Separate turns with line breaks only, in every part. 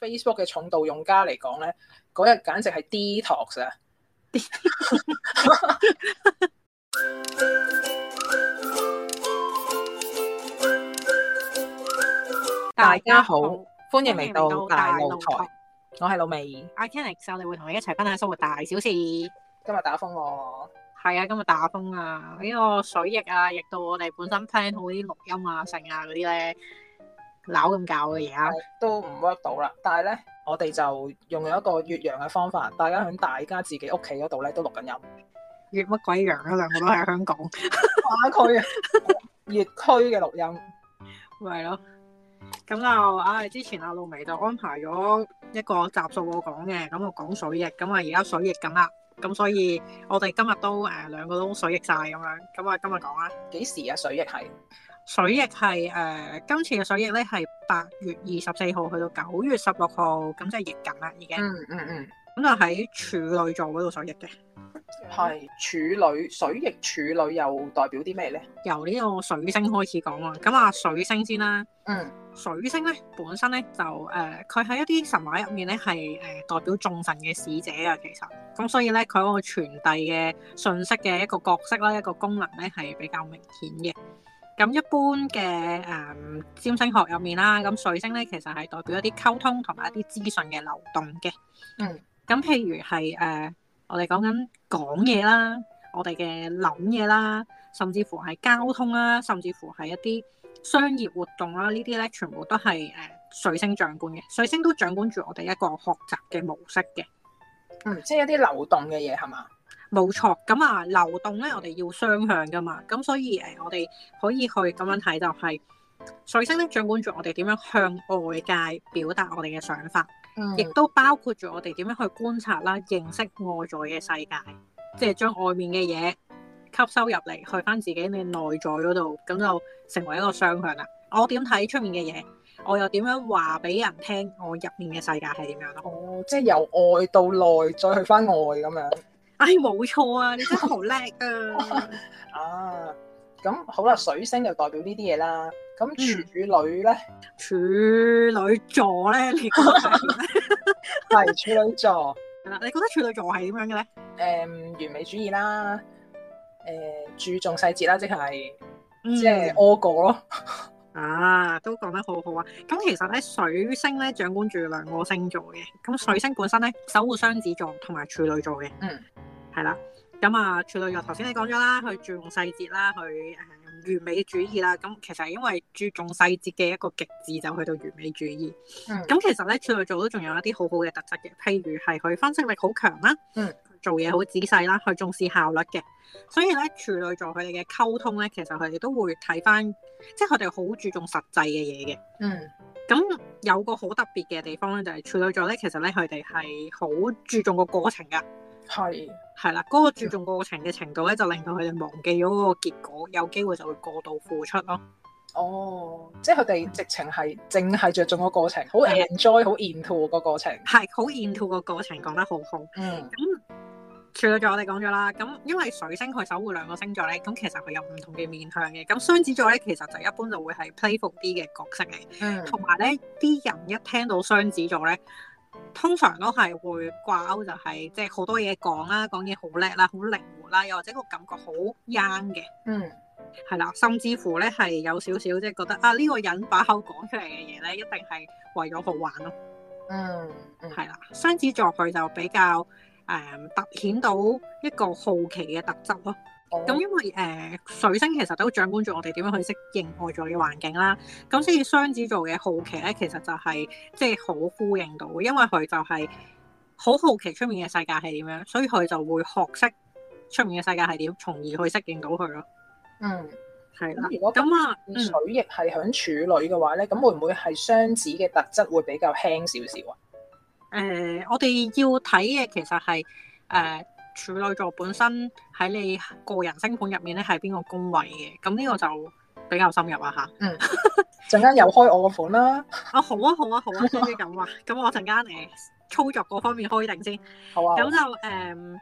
Facebook 嘅重度用家嚟講咧，嗰日簡直係 detox 啊！大家好，歡迎嚟到大露台，我係老味，今
阿 Kenix，我哋會同你一齊分享生活大小事。係
日打風喎，
啊，今日打風啊，呢、個水逆啊，逆到我哋本身 plan 好啲錄音啊、剩啊嗰啲咧，鬧咁搞嘅而啊家。
都唔 work 到啦。但係咧，我哋就用咗一個越洋嘅方法，大家喺大家自己屋企嗰度咧都錄緊音。
越乜鬼洋啊，兩個都喺香 港，
跨區啊， 粵區嘅錄音，
咪係咯。咁就唉、之前阿露薇就安排咗一個集數我講嘅，咁我講水逆，咁啊而家水逆緊啦，咁所以我哋今日都誒、兩個都水逆晒咁樣，咁啊今日講啦。
幾時啊？水逆係
水逆係誒、呃今次嘅水逆咧係八月二十四號去到九月十六號，咁即係逆緊啦已經。
嗯嗯嗯，
咁就喺處女座嗰度水逆嘅。
係、處女水逆處女又代表啲咩咧？
由呢個水星開始講啊，咁啊水星先啦。
嗯
水星咧本身咧就誒，呃佢、喺一啲神話入面咧係誒代表眾神嘅使者啊，其實咁所以咧佢嗰個傳遞嘅信息嘅一個角色啦，一個功能咧係比較明顯嘅。咁一般嘅誒、嗯占星學入面啦，咁水星咧其實係代表一啲溝通同埋一啲資訊嘅流動嘅。
嗯，
咁譬如係誒、呃我哋講緊講嘢啦，我哋嘅諗嘢啦，甚至乎係交通啦，甚至乎係一啲商業活動啦，呢啲咧全部都係誒、呃水星掌管嘅，水星都掌管住我哋一個學習嘅模式嘅。
嗯，即係一啲流動嘅嘢係嘛？
冇錯，咁啊流動咧，我哋要雙向噶嘛，咁所以誒、呃我哋可以去咁樣睇就係、水星咧掌管住我哋點樣向外界表達我哋嘅想法。
嗯
亦都包括住我哋點樣去觀察啦、認識外在嘅世界，即係將外面嘅嘢吸收入嚟，去翻自己嘅內在嗰度，咁就成為一個雙向啦。我點睇出面嘅嘢，我又點樣話俾人聽我入面嘅世界係點樣咯？
哦，即係由外到內再去翻外咁樣
唉、冇錯啊，你真係好叻啊！
啊。咁好啦，水星就代表呢啲嘢啦。咁
嗯
處女咧
處女座咧，你覺得係點咧
係處女座，
係啦？你覺得處女座係點樣嘅咧？
誒、完美主義啦，誒、注重細節啦，即係即係
嗯
o 個咯。
啊，都講得好好啊！咁其實咧，水星咧掌管住兩個星座嘅，咁水星本身咧守護雙子座同埋處女座嘅，
嗯，
係啦。咁啊，處女座頭先你講咗啦，佢注重細節啦，佢誒、完美主義啦，咁其實係因為注重細節嘅一個極致就去到完美主義。
嗯
咁其實咧，處女座都仲有一啲好好嘅特質嘅，譬如係佢分析力好強啦，
嗯，
做嘢好仔細啦，佢重視效率嘅。所以咧，處女座佢哋嘅溝通咧，其實佢哋都會睇翻，即係佢哋好注重實際嘅嘢嘅。
嗯
咁有個好特別嘅地方咧，就係、處女座咧，其實咧佢哋係好注重個過程㗎，
係
係啦，嗰、個注重過程嘅程度咧，就令到佢哋忘記咗嗰個結果，有機會就會過度付出咯。
哦，即係佢
嗯
哋直情係淨係着重個過程，好
啊
enjoy 好 into 個過程。
係好 into 個過程，講得好好。
嗯
處女座我哋講咗啦，咁因為水星佢守護兩個星座咧，咁其實佢有唔同嘅面向嘅。咁雙子座咧，其實就一般就會係 playful 啲嘅角色嚟，
嗯
同埋咧啲人一聽到雙子座咧，通常都係會掛鈎就係即係好多嘢講啦，講嘢好叻啦，好靈活啦，又或者個感覺好 young 嘅，
嗯
係啦，甚至乎咧係有少少即係覺得啊呢、個人把口講出嚟嘅嘢咧，一定係為咗好玩咯。
嗯嗯，
係啦，雙子座佢就比較誒、突顯到一個好奇嘅特質咯。咁
咁
因為誒、水星其實都掌管住我哋點樣去適應外在嘅環境啦。咁所以雙子座嘅好奇咧，其實就係即係好呼應到，因為佢就係好好奇出面嘅世界係點樣，所以佢就會學識出面嘅世界係點，從而去適應到佢咯。
嗯，
係啦
咁，如果咁
咁啊，嗯
水逆係響處女嘅話咧，咁會唔會係雙子嘅特質會比較輕少少啊？
誒、呃我哋要睇嘅其實係誒、處女座本身喺你個人星盤入面咧係邊個宮位嘅，咁呢個就比較深入啊 嚇。
陣間又開我個款啦，
啊好啊好啊好啊，跟住咁啊，咁我陣間誒操作嗰方面開定先，
好啊
咁。就誒、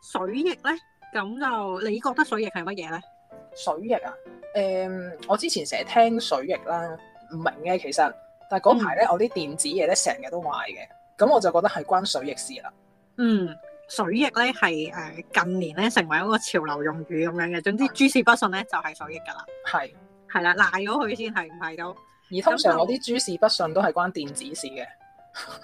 水逆咧，咁就你覺得水逆係乜嘢咧？
水逆啊，誒、我之前成日聽水逆啦，唔明嘅其實但係嗰
嗯
排咧，我啲電子嘢咧成日都壞嘅，咁我就覺得係關水液事啦。
嗯，水液咧係誒近年咧成為一個潮流用語咁樣嘅，總之諸事不順咧就係水液㗎啦，
係，
係啦，賴咗佢先係唔係都？
而通常我啲諸事不順都係關電子事嘅。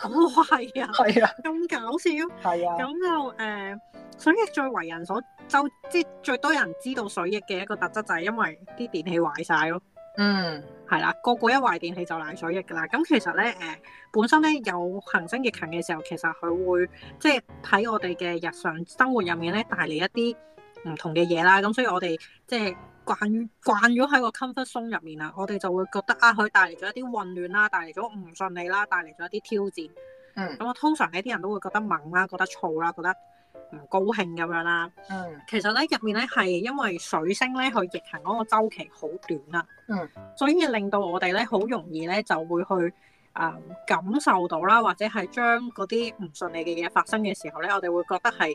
哦，係啊，
係啊，
咁搞笑。
係啊，
咁就誒、呃水液最為人所周，即係最多人知道水液嘅一個特質就係因為啲電器壞晒咯，
嗯，
係啦，個個一壞電器就賴水液㗎啦。咁其實咧誒、呃本身咧有恒星逆行嘅時候，其實佢會即係喺我哋嘅日常生活入面咧帶嚟一啲唔同嘅嘢啦。咁所以我哋即係慣慣咗喺個 comfort zone 入面啦，我哋就會覺得啊，佢帶嚟咗一啲混亂啦，帶嚟咗唔順利啦，帶嚟咗一啲挑戰。
嗯，
咁我通常呢啲人都會覺得猛啦，覺得燥啦，覺得唔高興咁樣啦。
嗯，
其實咧入面咧係因為水星咧佢逆行嗰個週期好短啦，
嗯，
所以令到我哋咧好容易咧就會去啊、感受到啦，或者係將嗰啲唔順利嘅嘢發生嘅時候咧，我哋會覺得係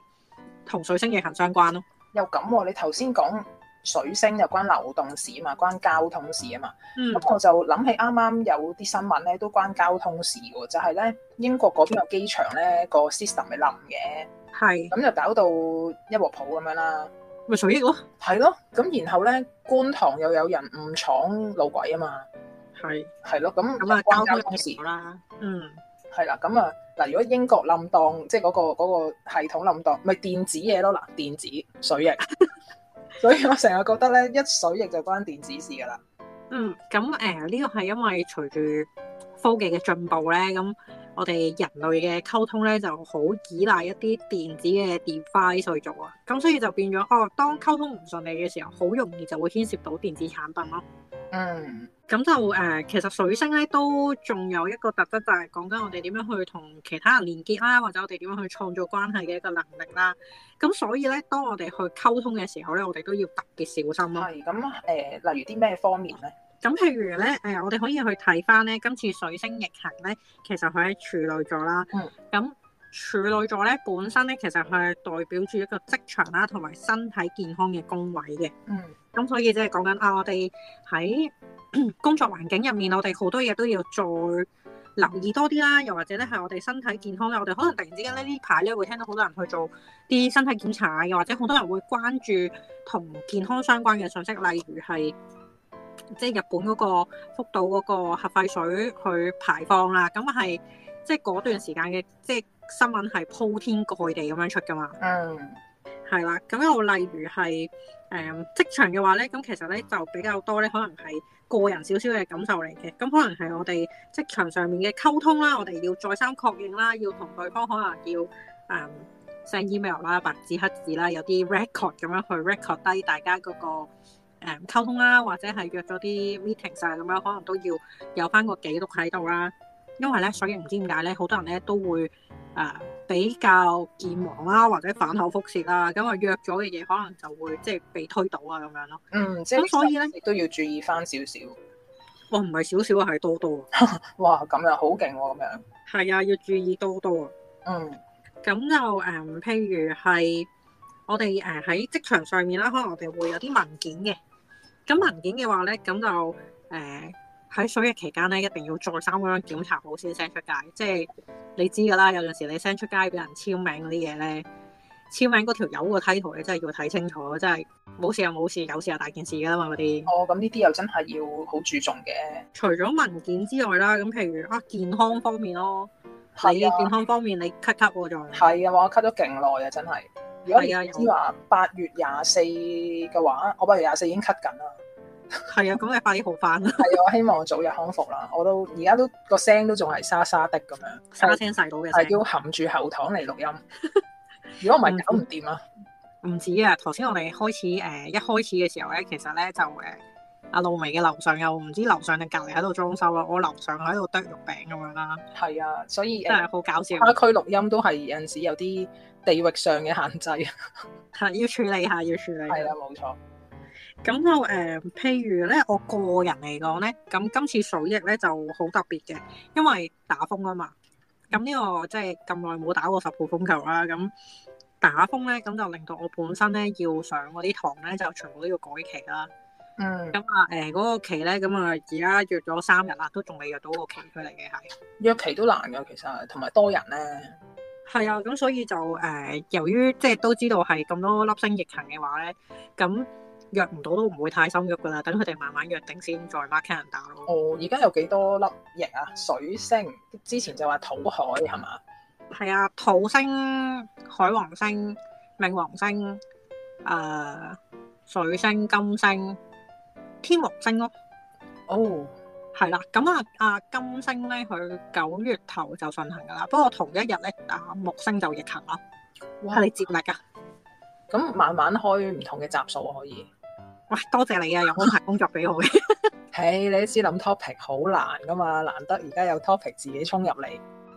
同水星逆行相關咯。
又咁喎、你頭先講水星又關流動事啊嘛，關交通事啊嘛。
嗯
咁我就諗起啱啱有啲新聞咧，都關交通事喎，就係咧英國嗰邊個機場咧個 system 咪冧嘅，
係
咁就搞到一鑊泡咁樣啦。
咪水逆咯？
係咯，咁然後咧觀塘又有人誤闖路軌啊嘛，
係
係咯，咁
咁啊，
關
交
交
通
通
事
事
啦。嗯，
係啦，咁啊嗱，如果英國冧檔，即係嗰個嗰、個系統冧檔，咪電子嘢咯嗱，電子水 液，所以我成日覺得咧，一水液就關電子事㗎啦，
嗯，咁誒呢個係因為隨住科技嘅進步咧，咁我哋人類嘅溝通咧就好依賴一啲電子嘅 device 去做啊，咁所以就變咗哦，當溝通唔順利嘅時候，好容易就會牽涉到電子產品咯。
嗯。
咁就誒、呃其實水星咧都仲有一個特質，就係講緊我哋點樣去同其他人連結啦，或者我哋點樣去創造關係嘅一個能力啦。咁所以咧，當我哋去溝通嘅時候咧，我哋都要特別小心咯。
係咁誒，例如啲咩方面咧？
咁譬如咧，誒、我哋可以去睇翻咧，今次水星逆行咧，其實佢喺處女座啦。
嗯。
咁處女座咧本身咧，其實佢係代表住一個職場啦，同埋身體健康嘅宮位嘅。
嗯
咁所以即係講緊啊，我哋喺 工作環境入面，我哋好多嘢都要再留意多啲啦。又或者咧，係我哋身體健康咧，我哋可能突然之間咧呢排咧會聽到好多人去做啲身體檢查，又或者好多人會關注同健康相關嘅信息，例如係即係日本嗰個福島嗰個核廢水去排放啦。咁係即係嗰段時間嘅即係新聞係鋪天蓋地咁樣出噶嘛。
嗯
係啦，咁又例如係誒、嗯、職場嘅話咧，咁其實咧就比較多咧，可能係個人少少嘅感受嚟嘅。咁可能係我哋職場上面嘅溝通啦，我哋要再三確認啦，要同對方可能要誒、嗯 send email 啦，白紙黑字啦，有啲 record 咁樣去 record 低大家嗰、個誒、嗯、溝通啦，或者係約咗啲 meeting 晒咁樣，可能都要有翻個記錄喺度啦。因為咧，所以唔知點解咧，好多人咧都會誒、比較健忘啦，或者反口覆舌啦，咁啊約咗嘅嘢可能就會即係被推倒啊咁樣咯。
嗯，即係
咁所以呢
亦都要注意翻少少。
哇，唔係少少啊，係多多啊。
哇，咁樣好勁喎，咁樣。
係啊，要注意多多啊。
嗯
咁就誒、譬如係我哋誒喺職場上面啦，可能我哋會有啲文件嘅。咁文件嘅話咧，咁就誒喺、水嘅期間咧，一定要再三咁樣檢查好先 send 出街。即係你知㗎啦，有陣時你 send 出街俾人簽名嗰啲嘢咧，簽名嗰條友個 title 你真係要睇清楚，真係冇事就啊冇事，有事就大件事㗎啦嘛嗰啲。
哦，咁呢啲又真係要好注重嘅。
除咗文件之外啦，咁譬如啊健康方面咯，你
係
健
啊，
康方面你咳咳喎仲。
係啊，哇我 cut 咗勁耐啊，真係。如果你
係啊有
知話八月廿四嘅話，哦我八月廿四已經 cut 緊啦。
係啊，咁你快啲好 翻啦，
係啊，我希望我早日康復啦。我都而家都個聲都仲係沙沙的咁樣，
沙聲細佬嘅
係
聲嗯
要含住喉糖嚟錄音。如果唔係搞唔掂啊！
唔止啊！頭先我哋開始誒、呃一開始嘅時候咧，其實咧就誒阿露媚嘅樓上又唔知樓上定隔離喺度裝修啦，我樓上喺度剁肉餅咁樣啦，
係啊，所以
真係好搞笑，
跨區錄音都係有陣時有啲地域上嘅限制，係
係要處理下，要處理下。
啦，冇錯，
咁就誒、呃譬如咧，我個人嚟講咧，咁今次水逆咧就好特別嘅，因為打風啊嘛。咁呢個即係咁耐冇打過十號風球啦，咁打風咧，咁就令到我本身咧要上嗰啲堂咧，就全部都要改期啦。
嗯，
咁啊誒嗰個期咧，咁啊而家約咗三日啦，都仲未約到個期佢嚟嘅係。
約期都難噶，其實同埋多人咧，
係啊，咁所以就誒、呃由於即係都知道係咁多粒星逆行嘅話咧，咁約唔到都唔會太心喐噶啦，等佢哋慢慢約定先再 mark calendar 咯。
哦，而家有幾多粒翼啊？水星之前就話土海係嘛？
係啊，土星、海王星、冥王星、誒、水星、金星、天王星咯，
哦，
係啦。咁啊，啊金星咧，佢九月頭就順行噶啦，不過同一日咧，啊木星就逆行啦，
哇
係你接力啊！
咁慢慢開唔同嘅集數可以。
哇，多謝你啊，有安排工作俾我嘅。
嘿，你都知諗 topic 好難噶嘛，難得而家有 topic 自己衝入嚟，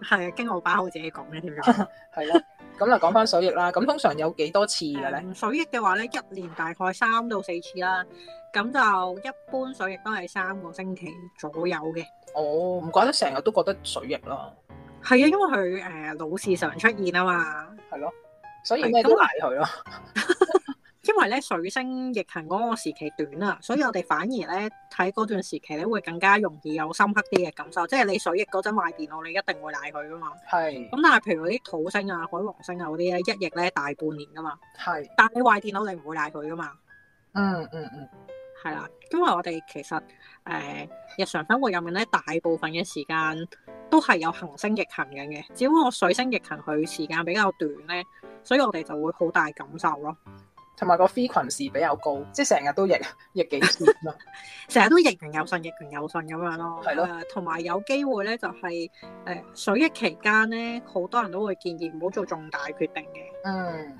係啊，經我把口自己講 嘅添咗。
係咯。咁就講翻水逆啦。咁通常有幾多次嘅咧？
誒嗯水逆嘅話咧，一年大概三到四次啦。咁就一般水逆都係三個星期左右嘅。
哦，唔怪得成日都覺得水逆啦，
係啊，因為佢誒、老是常出現啊嘛。
係咯。所以咩都賴佢 咯。
因為咧水星逆行嗰個時期短啊，所以我哋反而咧睇嗰段時期咧會更加容易有深刻啲嘅感受。即係你水逆嗰陣買電腦，你一定會賴佢噶嘛。
係
咁但係譬如啲土星啊、海王星啊嗰啲咧，一逆咧大半年噶嘛。
係，
但係你壞電腦，你唔會賴佢噶嘛。
嗯嗯嗯，
係啦，因為我哋其實誒、呃日常生活入面咧，大部分嘅時間都係有行星逆行緊嘅，只不過水星逆行佢時間比較短咧，所以我哋就會好大感受咯。
同埋個 frequency 比較高，即係成日都逆逆幾次咯。
成日都逆完有信，逆完有信咁樣咯。
係咯
呃同埋有機會咧，就係、呃水逆期間咧，好多人都會建議唔好做重大決定嘅。
嗯。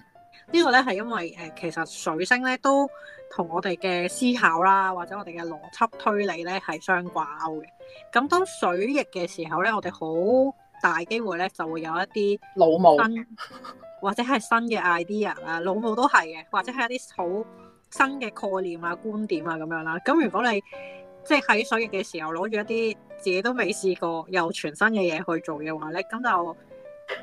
呢個咧係因為誒、呃其實水星咧都同我哋嘅思考啦，或者我哋嘅邏輯推理咧係相掛鈎嘅。咁當水逆嘅時候咧，我哋好大機會咧就會有一
老母
啲新或者係新嘅 idea 啦，老母都係嘅，或者係一啲好新嘅概念啊、觀點啊咁樣啦。咁如果你即係喺水逆嘅時候攞住一啲自己都未試過又全新嘅嘢去做嘅話咧，咁就〜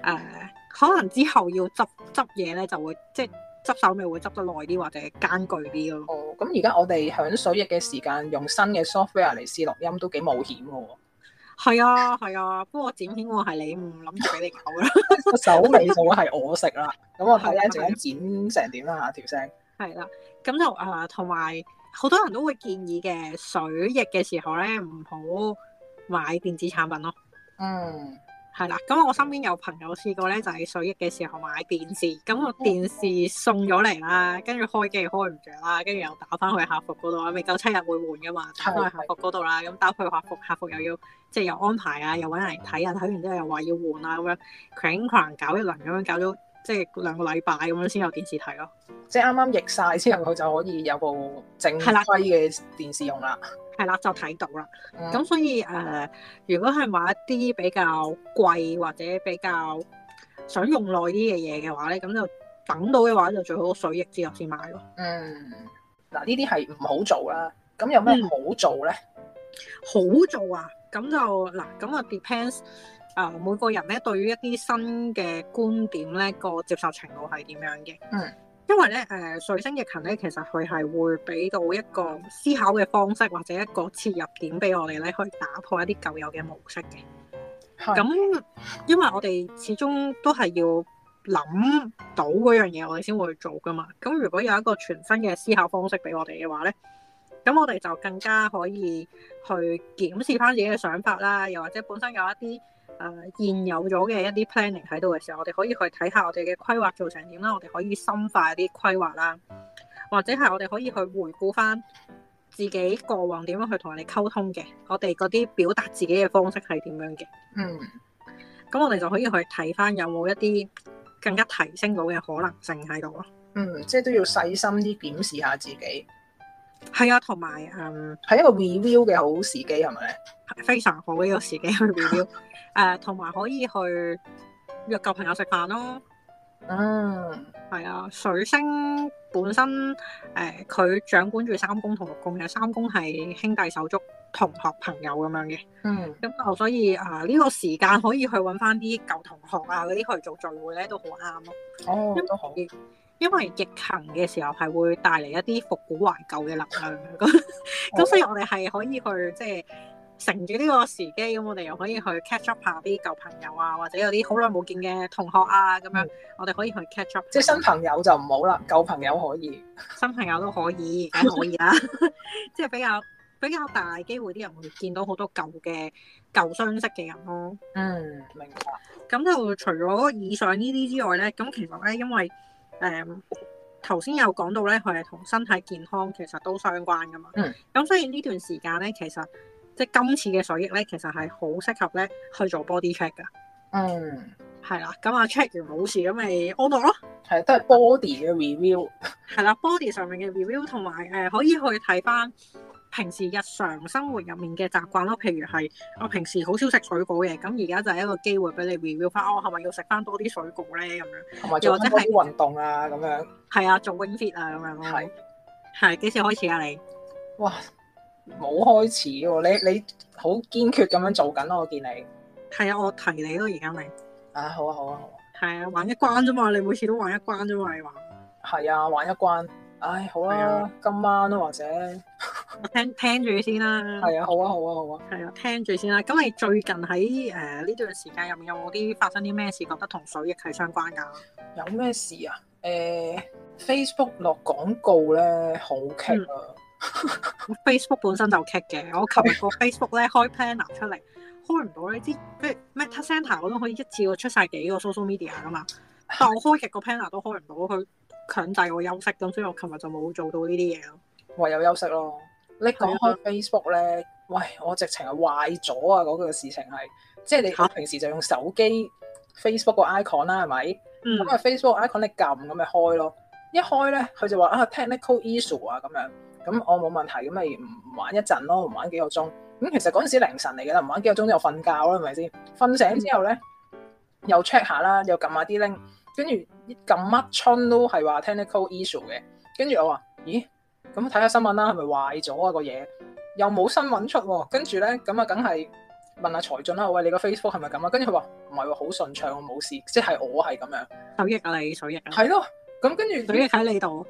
誒、可能之後要執執嘢咧，就會即係執手尾會執得耐啲或者艱巨啲咯。
哦，咁而家我哋響水逆嘅時間用新嘅 software 嚟試錄音都幾冒險嘅 喎，
係啊，係啊，不過剪片我係你唔諗住俾你搞啦。
個手尾就會係我食啦。咁我睇咧陣
係啊
間剪成點啦嚇條聲。
係啦、咁就誒同埋好多人都會建議嘅水逆嘅時候咧，唔好買電子產品咯。
嗯，
係啦，咁我身邊有朋友試過咧，就係、水逆嘅時候買電視，咁個電視送咗嚟啦，跟住開機開唔着啦，跟住又打翻去客服嗰度啊，未夠七日會換噶嘛，打翻去
係
客服嗰度啦，咁打去客服，客服又要即係又安排啊，又揾人嚟睇啊，睇完之後又話要換啊，咁樣佢可能搞一輪咁樣，搞咗即係兩個禮拜咁樣先有電視睇咯。
即係啱啱逆晒之後，佢就可以有部正
係啦
規嘅電視用啦。
係啦，就睇到啦。
嗯
咁所以誒、呃如果係買一啲比較貴或者比較想用耐啲嘅嘢嘅話咧，咁就等到嘅話就最好水逆之後先買咯。
嗯，嗱呢啲係唔好做啦。咁有咩
嗯
好做咧？
好做啊，咁就嗱，咁啊 depends 啊、每個人咧對於一啲新嘅觀點咧個接受程度係點樣嘅。
嗯。
因為咧，誒、水星逆行咧，其實佢係會俾到一個思考嘅方式或者一個切入點俾我哋咧，去打破一啲舊有嘅模式嘅。
係
咁因為我哋始終都係要諗到嗰樣嘢，我哋先會去做噶嘛。咁如果有一個全新嘅思考方式俾我哋嘅話咧，咁我哋就更加可以去檢視翻自己嘅想法啦，又或者本身有一啲誒、呃、現有咗嘅一啲 planning 喺度嘅時候，我哋可以去睇下我哋嘅規劃做成點啦，我哋可以深化啲規劃啦，或者係我哋可以去回顧翻。自己過往點樣去同人哋溝通嘅，我哋嗰啲表達自己嘅方式係點樣嘅？
嗯
咁我哋就可以去睇翻有冇一啲更加提升到嘅可能性喺度咯。
嗯，即係都要細心啲檢視下自己，
係啊，同埋嗯
係一個 review 嘅好時機係咪咧？
非常好呢個時機去 review，誒同埋可以去約舊朋友食飯咯。
嗯。
係啊，水星本身誒佢、掌管住三宮同六宮嘅，三宮係兄弟手足、同學、朋友咁樣嘅。
嗯，
咁就所以啊，呢、個時間可以去揾翻啲舊同學啊嗰啲去做聚會咧，都好啱咯。
哦
因，
都好，
為因為逆行嘅時候係會帶嚟一啲復古懷舊嘅能量，
哦
咁咁所以我哋係可以去即係乘住呢個時機，咁我哋又可以去 catch up 下啲舊朋友啊，或者有啲好耐冇見嘅同學啊，咁樣
嗯
我哋可以去 catch up，
即係新朋友就唔好啦，舊朋友可以。
新朋友都可以，梗係可以啦， 即係比較比較大機會啲人會見到好多舊嘅舊相識嘅人咯。
嗯，明白。
咁就除咗以上呢啲之外咧，咁其實咧，因為誒頭先有講到咧，佢係同身體健康其實都相關噶嘛。
嗯。
咁所以呢段時間咧，其實即係今次嘅水逆咧，其實係好適合咧去做 body check 噶。
嗯，
係啦，咁啊 check 完冇事咁咪安樂咯。
係都係 body 嘅 review。
係啦，body 上面嘅 review 同埋誒可以去睇翻平時日常生活入面嘅習慣咯，譬如係我平時好少食水果嘅，咁而家就係一個機會俾你 review 翻，我係咪要食翻多啲水果咧咁樣？
同埋
又
做
或者
緊多啲運動啊，咁樣
係啊，做 wing fit 啊咁樣咯
係。
係幾時開始啊？你
哇，冇開始喎！你你好堅決咁樣做緊咯，我見你。
係啊，我提你咯，而家咪
啊，好啊，好啊，
係啊，玩一關啫嘛，你每次都玩一關啫嘛，你話
好啊，係啊，玩一關。唉，好
係
啦
啊，
今晚啦，或者係
我聽聽住先啦，
啊，好啊，好啊，好啊。
係啊，聽住先啦。咁你最近喺誒呢段時間入面有冇啲發生啲咩事，覺得同水逆係相關㗎？
有咩事啊？誒、Facebook 落廣告咧，好棘
嗯
啊！
Facebook 本身就棘嘅，我琴 日個 Facebook 咧開 planner 出嚟，開唔到咧，啲咩 Meta Center 我都可以一次過出晒幾個 social media 噶嘛，但我開極個 planner 都開唔到，佢強制我休息咁，所以我琴日就冇做到呢啲嘢咯。
唯有休息咯。你講
係啊
開 Facebook 咧，喂，我直情係壞咗啊！嗰、個事情係，即係你
嚇
平時就用手機 Facebook 個 icon 啦，係咪？
嗯
咁啊 Facebook icon 你撳咁咪開咯，一開咧佢就話啊 technical issue 啊咁樣，咁我冇問題，咁咪唔玩一陣咯，唔玩幾個鐘。咁其實嗰陣時凌晨嚟嘅啦，唔玩幾個鐘就瞓覺啦，係咪先？瞓醒之後咧，又 check 下啦，又撳下啲 link，跟住撳乜春都係話 technical issue 嘅，跟住我話咦，咁睇下新聞啦，係咪壞咗啊個嘢？又冇新聞出喎，跟住咧咁啊，梗係問下財進啦，喂你個 Facebook 係咪咁啊？跟住佢話唔係喎，好順暢，我冇事，即係我係咁樣。
手益啊你，手益啊，
係咯，咁跟住
手益喺你度，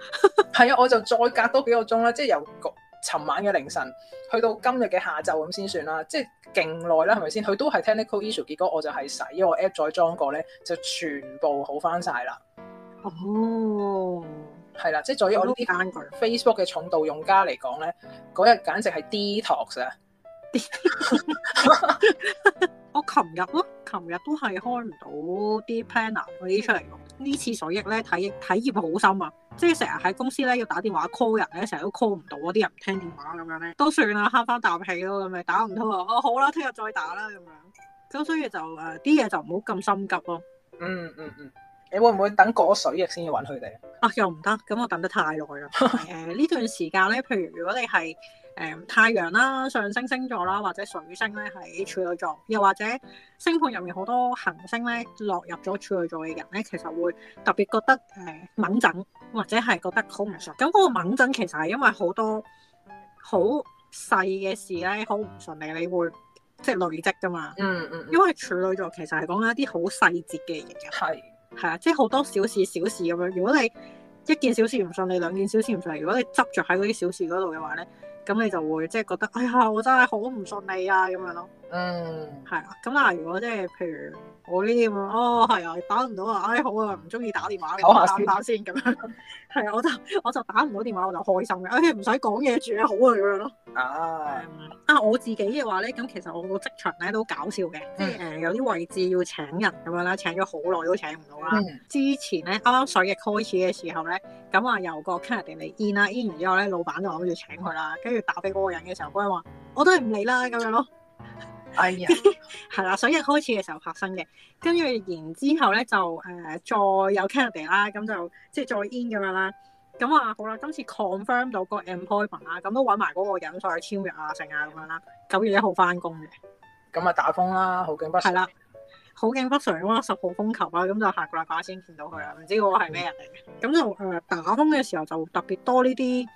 係啊，我就再隔多幾個鐘啦，即係由個尋晚嘅凌晨去到今日嘅下晝咁先算啦，即係勁耐啦，係咪先？佢都係 technical issue，結果我就係洗我 app 再裝過咧，就全部好翻晒啦，
哦，
係啦，即係在於我呢啲
間具，
Facebook 嘅重度用家嚟講咧，嗰日簡直係 detox 啊！
我琴日咯，琴日都係開唔到啲 planner 嗰啲出嚟喎。呢次水逆咧體體驗好深啊，即係成日喺公司咧要打電話 call 人咧，成日都 call 唔到啊，啲人唔聽電話咁樣咧，都算啦，慳翻啖氣咯，咁咪打唔通啊，哦好啦，聽日再打啦咁樣。咁所以就誒啲嘢就唔好咁心急咯。
嗯嗯嗯，你會唔會等過咗水逆先至揾佢哋？
啊，又唔得，咁我等得太耐啦。誒、呢段時間咧，譬如如果你係誒、太陽啦、上升星座啦，或者水星咧喺處女座，又或者星盤入面好多行星咧落入咗處女座嘅人咧，其實會特別覺得誒、猛整，或者係覺得好唔順。咁嗰個猛整其實係因為好多好細嘅事咧，好唔順利，你會即係累積噶嘛。
嗯嗯，
因為處女座其實係講緊一啲好細節嘅嘢嘅。
係
係啊，即係好多小事小事咁樣。如果你一件小事唔順利，兩件小事唔順利，如果你執着喺嗰啲小事嗰度嘅話咧，咁你就會即係覺得，哎呀，我真係好唔順利啊咁樣咯。
嗯
係啊，咁但係如果即係譬如我呢啲咁樣，哦係啊，打唔到啊，哎好啊，唔中意打電話
唞下
嘅，
先
打打先咁樣。 係啊，我就我就打唔到電話我就開心嘅，哎唔使講嘢住啊，好啊咁樣咯。
啊
嗯啊，我自己嘅話咧，咁其實我個職場咧都搞笑嘅，即係誒、
嗯
呃有啲位置要請人咁樣啦，請咗好耐都請唔到啦。
嗯
之前咧，啱啱水逆開始嘅時候咧，咁啊由個 candidate 嚟 in 啦，in 完之後咧，老闆就諗住請佢啦，跟住打俾嗰個人嘅時候，嗰個人話我都係唔理啦咁樣咯，
哎呀，
係啦，水逆開始嘅時候發生嘅，跟住然之後咧就誒、再有 candidate 啦，咁就即係再 in 咁樣啦。咁啊，好啦，今次 confirm 到個 employment 啦，咁都揾埋嗰個人上去簽約啊、成啊咁樣啦。九月一號翻工嘅，
咁啊打風啦，好景不
係
常。
啦，好景不常啦，十號風球啊啦，咁就下個禮拜先見到佢啦。唔知嗰個係咩人嚟嘅？咁就誒、打風嘅時候就特別多呢啲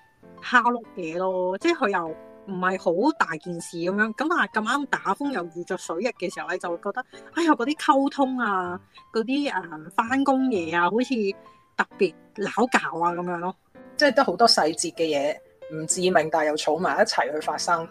蝦碌嘢咯，即係佢又唔係好大件事咁樣，咁但係咁啱打風又遇着水逆嘅時候呃咧，就會覺得哎呀嗰啲溝通啊，嗰啲誒翻工嘢啊，好似〜特別撈教啊咁樣咯。
即係得好多細節嘅嘢唔致命，但係又儲埋一齊去發生。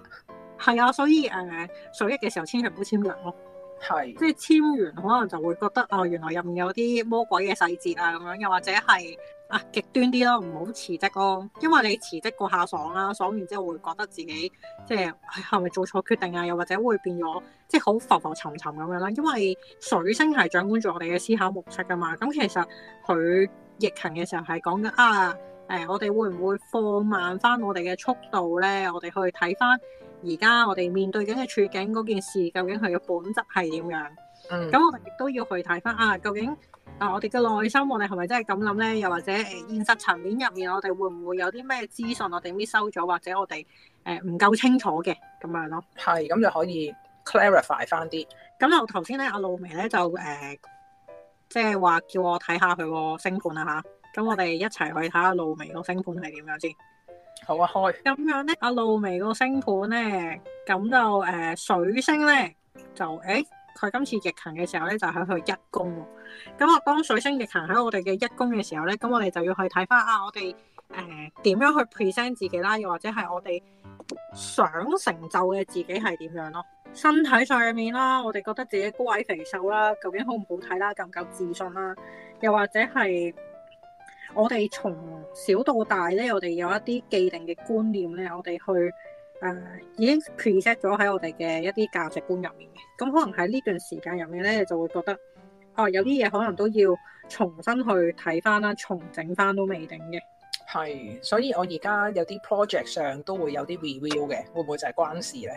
係啊，所以誒、呃、水逆嘅時候千祈唔好簽約咯，
係
即係簽完可能就會覺得哦，原來入面有啲魔鬼嘅細節啊咁樣，又或者係啊極端啲咯，唔好辭職咯，因為你辭職過下爽啦，爽完之後會覺得自己即係唉係咪做錯決定啊，又或者會變咗即係好浮浮沉沉咁樣啦，因為水星係掌管住我哋嘅思考模式噶嘛，咁其實佢逆行嘅時候係講緊啊。誒、我哋會唔會放慢翻我哋嘅速度咧？我哋去睇翻而家我哋面對緊嘅處境嗰件事，究竟佢嘅本質係點樣？
嗯
咁我哋亦都要去睇翻啊，究竟啊我哋嘅內心，我哋係咪真係咁諗咧？又或者誒、呃、現實層面入面，我哋會唔會有啲咩資訊我哋 miss 收咗，或者我哋誒唔夠清楚嘅咁樣咯？
係咁就可以 clarify 翻啲。
咁我頭先咧，阿露眉咧就誒、呃即係話叫我睇下佢個星盤啦吓，咁我哋一齊去睇下露眉個星盤係點樣先。
好啊，開
咁樣咧，阿露眉個星盤咧，咁就誒、呃水星咧，就誒佢、今次逆行嘅時候咧，就喺佢一宮喎。咁我當水星逆行喺我哋嘅一宮嘅時候咧，咁我哋就要去睇翻啊，我哋誒點樣去 present 自己啦，又或者係我哋想成就嘅自己係點樣咯。身體上面啦，我哋覺得自己高矮肥瘦啦，究竟好唔好睇啦，夠唔夠自信啦，又或者係我哋從小到大咧，我哋有一啲既定嘅觀念咧，我哋去誒、呃已經 preset 咗喺我哋嘅一啲價值觀入面嘅。咁可能喺呢段時間入面咧，你就會覺得哦，有啲嘢可能都要重新去睇翻啦，重整翻都未定嘅。
係，所以我而家有啲 project 上都會有啲 review 嘅，會唔會就係關事咧？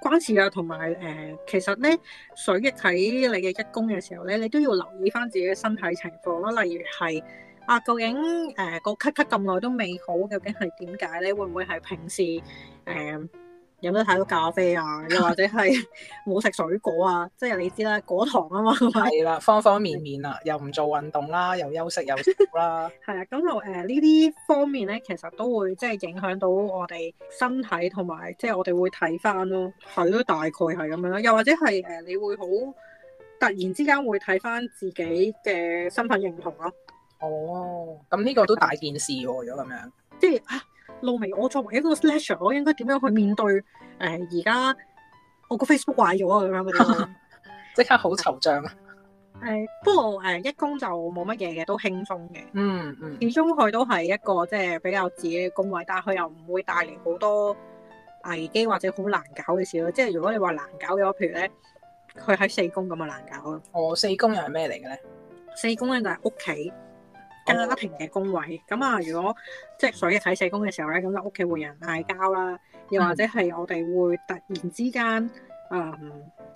關事啊，同埋誒，其實咧水逆喺你嘅一宮嘅時候咧，你都要留意翻自己嘅身體情況啦。例如係啊，究竟誒、個咳咳咁耐都未好，究竟係點解咧？會唔會係平時誒飲得太多咖啡啊，又或者係冇食水果啊？即係你知啦，果糖啊嘛，係
係啦，方方面面啦，又唔做運動啦，又休息又少 啦，
啊。咁就誒呢啲方面咧，其實都會即係影響到我哋身體同埋，即係我哋會睇翻咯。係咯，大概係咁樣啦。又或者係誒、你會好突然之間會睇翻自己嘅身份認同咯。
哦，咁呢個都大件事喎，如果咁樣，
即係啊，露明，我作為一個 slasher，我應該點樣去面對誒呃而家我個 Facebook 壞咗啊咁樣嗰啲咯
即刻好惆悵啊！
誒，不過誒、呃一公就冇乜嘢嘅，都輕鬆嘅。
嗯嗯，
始終佢都係一個即係比較自己嘅工位，但係佢又唔會帶嚟好多危機或者好難搞嘅事咯。即係如果你話難搞嘅話，譬如咧，佢喺四宮咁啊難搞咯。
我四宮又係咩嚟嘅咧？
四宮咧就係屋企家庭嘅工位。咁啊，如果即係水逆睇四宮嘅時候咧，咁就屋企會有人嗌交啦，又或者係我哋會突然之間嗯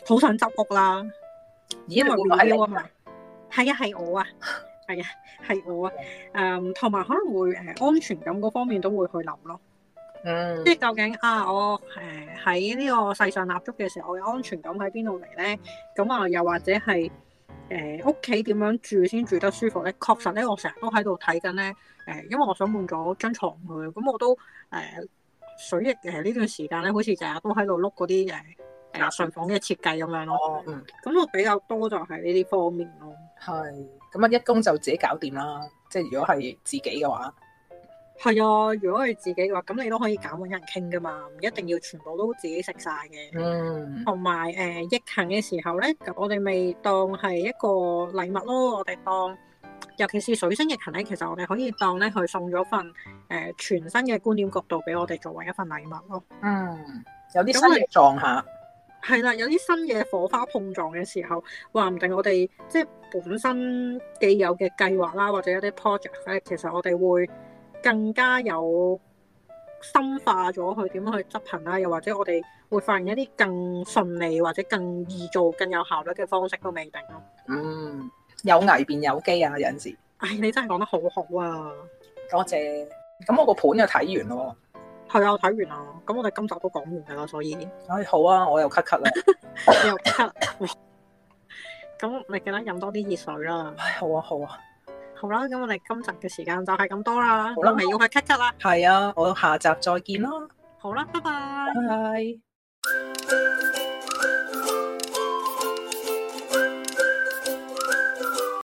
好想執屋啦，
咦，
因
你
為
會唔會係
review 啊
你
嘛。係啊，係我啊，係啊，係我啊。誒，同埋可能會誒安全感嗰方面都會去諗咯。
嗯
即係究竟啊，我誒喺呢個世上立足嘅時候，我嘅安全感喺邊度嚟咧？咁啊，又或者係誒屋企點樣住先住得舒服咧？確實咧，我成日都喺度睇緊咧誒，因為我想換咗張床佢，咁我都誒、水逆誒呢段時間咧，好似成日都喺度碌嗰啲誒誒睡房嘅設計咁樣
哦
咯。
嗯
咁我比較多就係呢啲方面咯。
係，咁啊一宮就自己搞掂啦，即係如果係自己嘅話，
係啊，如果係自己嘅話，咁你都可以揀揾人傾噶嘛，唔一定要全部都自己食晒嘅。
嗯
同埋誒逆行嘅時候咧，咁我哋咪當係一個禮物咯，我哋當。尤其是水星逆行咧，其實我哋可以當咧佢送咗份誒、呃全新嘅觀點角度俾我哋作為一份禮物咯。
嗯，有啲
咁
新
我哋
嘅撞下，
係啦，有啲新嘅火花碰撞嘅時候，話唔定我哋即係本身既有嘅計劃啦，或者一啲 project 咧，其實我哋會更加有深化咗佢點樣去執行啦，又或者我哋會發現一啲更順利或者更易做、更有效率嘅方式都未定咯。
嗯，有危便有機啊，有陣時，
唉，你真係講得好好啊！
多謝。咁我個盤就睇完咯
係啊，我睇完啦，咁我哋今集都講完㗎啦，所 以又
喎，唉、好啊，我又咳咳啦，
咳。咁你記得飲多啲熱水啦。
唉好啊好啊，
好啦，咁我哋今集嘅時間就係咁多啦，
好啦
我咪要去 cut cut 啦。
係啊，我下集再見啦，
好啦，拜拜
拜。拜。